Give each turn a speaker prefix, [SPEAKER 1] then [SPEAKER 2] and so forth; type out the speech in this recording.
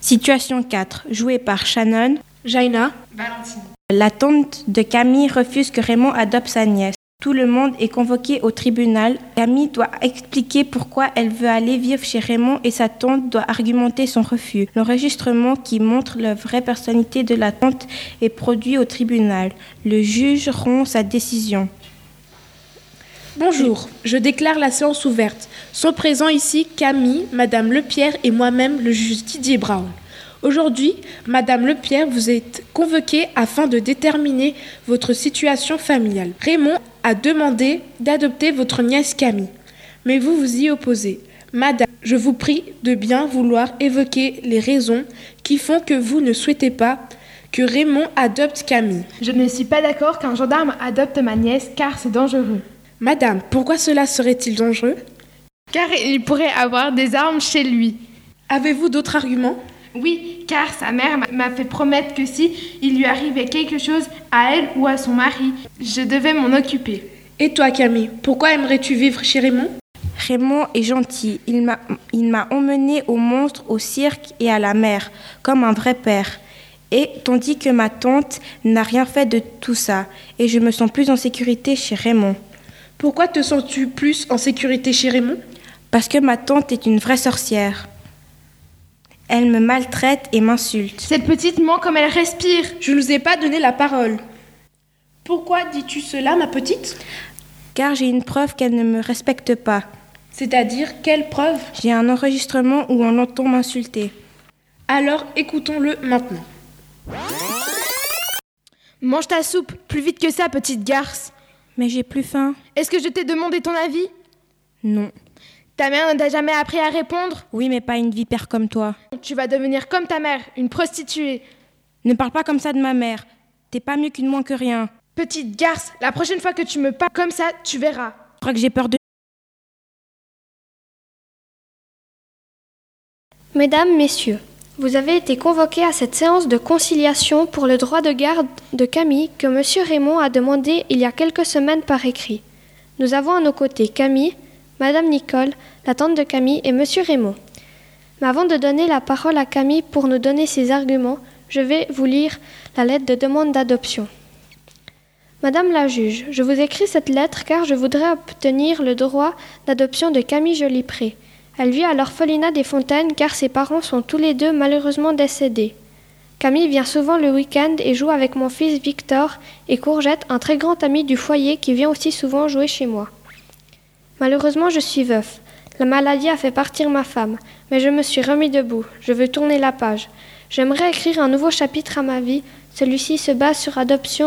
[SPEAKER 1] Situation 4, jouée par Shannon.
[SPEAKER 2] Jaina,
[SPEAKER 3] Valentine,
[SPEAKER 1] La tante de Camille refuse que Raymond adopte sa nièce. Tout le monde est convoqué au tribunal. Camille doit expliquer pourquoi elle veut aller vivre chez Raymond et sa tante doit argumenter son refus. L'enregistrement qui montre la vraie personnalité de la tante est produit au tribunal. Le juge rompt sa décision.
[SPEAKER 2] bonjour. Je déclare la séance ouverte. Sont présents ici Camille, Madame Lepierre et moi-même, le juge Didier Brown. Aujourd'hui, Madame Lepierre, vous êtes convoquée afin de déterminer votre situation familiale. Raymond a demandé d'adopter votre nièce Camille, mais vous vous y opposez. Madame, je vous prie de bien vouloir évoquer les raisons qui font que vous ne souhaitez pas que Raymond adopte Camille.
[SPEAKER 3] je ne suis pas d'accord qu'un gendarme adopte ma nièce car c'est dangereux.
[SPEAKER 2] Madame, pourquoi cela serait-il dangereux
[SPEAKER 3] Car il pourrait avoir des armes chez lui.
[SPEAKER 2] Avez-vous d'autres arguments
[SPEAKER 3] Oui, car sa mère m'a- m'a fait promettre que si il lui arrivait quelque chose à elle ou à son mari, je devais m'en occuper.
[SPEAKER 2] Et toi, Camille, pourquoi aimerais-tu vivre chez Raymond
[SPEAKER 1] Raymond est gentil. Il m'a- il m'a emmené au monstre, au cirque et à la mer, comme un vrai père. Et tandis que ma tante n'a rien fait de tout ça, et je me sens plus en sécurité chez Raymond.
[SPEAKER 2] Pourquoi te sens-tu plus en sécurité chez Raymond
[SPEAKER 1] Parce que ma tante est une vraie sorcière. Elle me maltraite et m'insulte.
[SPEAKER 3] Cette petite ment comme elle respire.
[SPEAKER 2] Je ne vous ai pas donné la parole. Pourquoi dis-tu cela, ma petite
[SPEAKER 1] Car j'ai une preuve qu'elle ne me respecte pas.
[SPEAKER 2] C'est-à-dire, quelle preuve
[SPEAKER 1] J'ai un enregistrement où on l'entend m'insulter.
[SPEAKER 2] Alors écoutons-le maintenant.
[SPEAKER 3] Mange ta soupe, plus vite que ça, petite garce.
[SPEAKER 1] Mais j'ai plus faim.
[SPEAKER 3] Est-ce que je t'ai demandé ton avis
[SPEAKER 1] Non.
[SPEAKER 3] Ta mère ne t'a jamais appris à répondre
[SPEAKER 1] Oui, mais pas une vipère comme toi.
[SPEAKER 3] Tu vas devenir comme ta mère, une prostituée.
[SPEAKER 1] Ne parle pas comme ça de ma mère. T'es pas mieux qu'une moins que rien.
[SPEAKER 3] Petite garce, la prochaine fois que tu me parles comme ça, tu verras.
[SPEAKER 1] Je crois que j'ai peur de...
[SPEAKER 4] Mesdames, Messieurs, vous avez été convoqués à cette séance de conciliation pour le droit de garde de Camille que M. Raymond a demandé il y a quelques semaines par écrit. Nous avons à nos côtés Camille, Madame Nicole, la tante de Camille et M. Raymond. Mais avant de donner la parole à Camille pour nous donner ses arguments, je vais vous lire la lettre de demande d'adoption. Madame la juge, je vous écris cette lettre car je voudrais obtenir le droit d'adoption de Camille Jolipré. Elle vit à l'orphelinat des Fontaines car ses parents sont tous les deux malheureusement décédés. Camille vient souvent le week-end et joue avec mon fils Victor et Courgette, un très grand ami du foyer qui vient aussi souvent jouer chez moi. Malheureusement, je suis veuf. La maladie a fait partir ma femme, mais je me suis remis debout. Je veux tourner la page. J'aimerais écrire un nouveau chapitre à ma vie. Celui-ci se base sur adoption,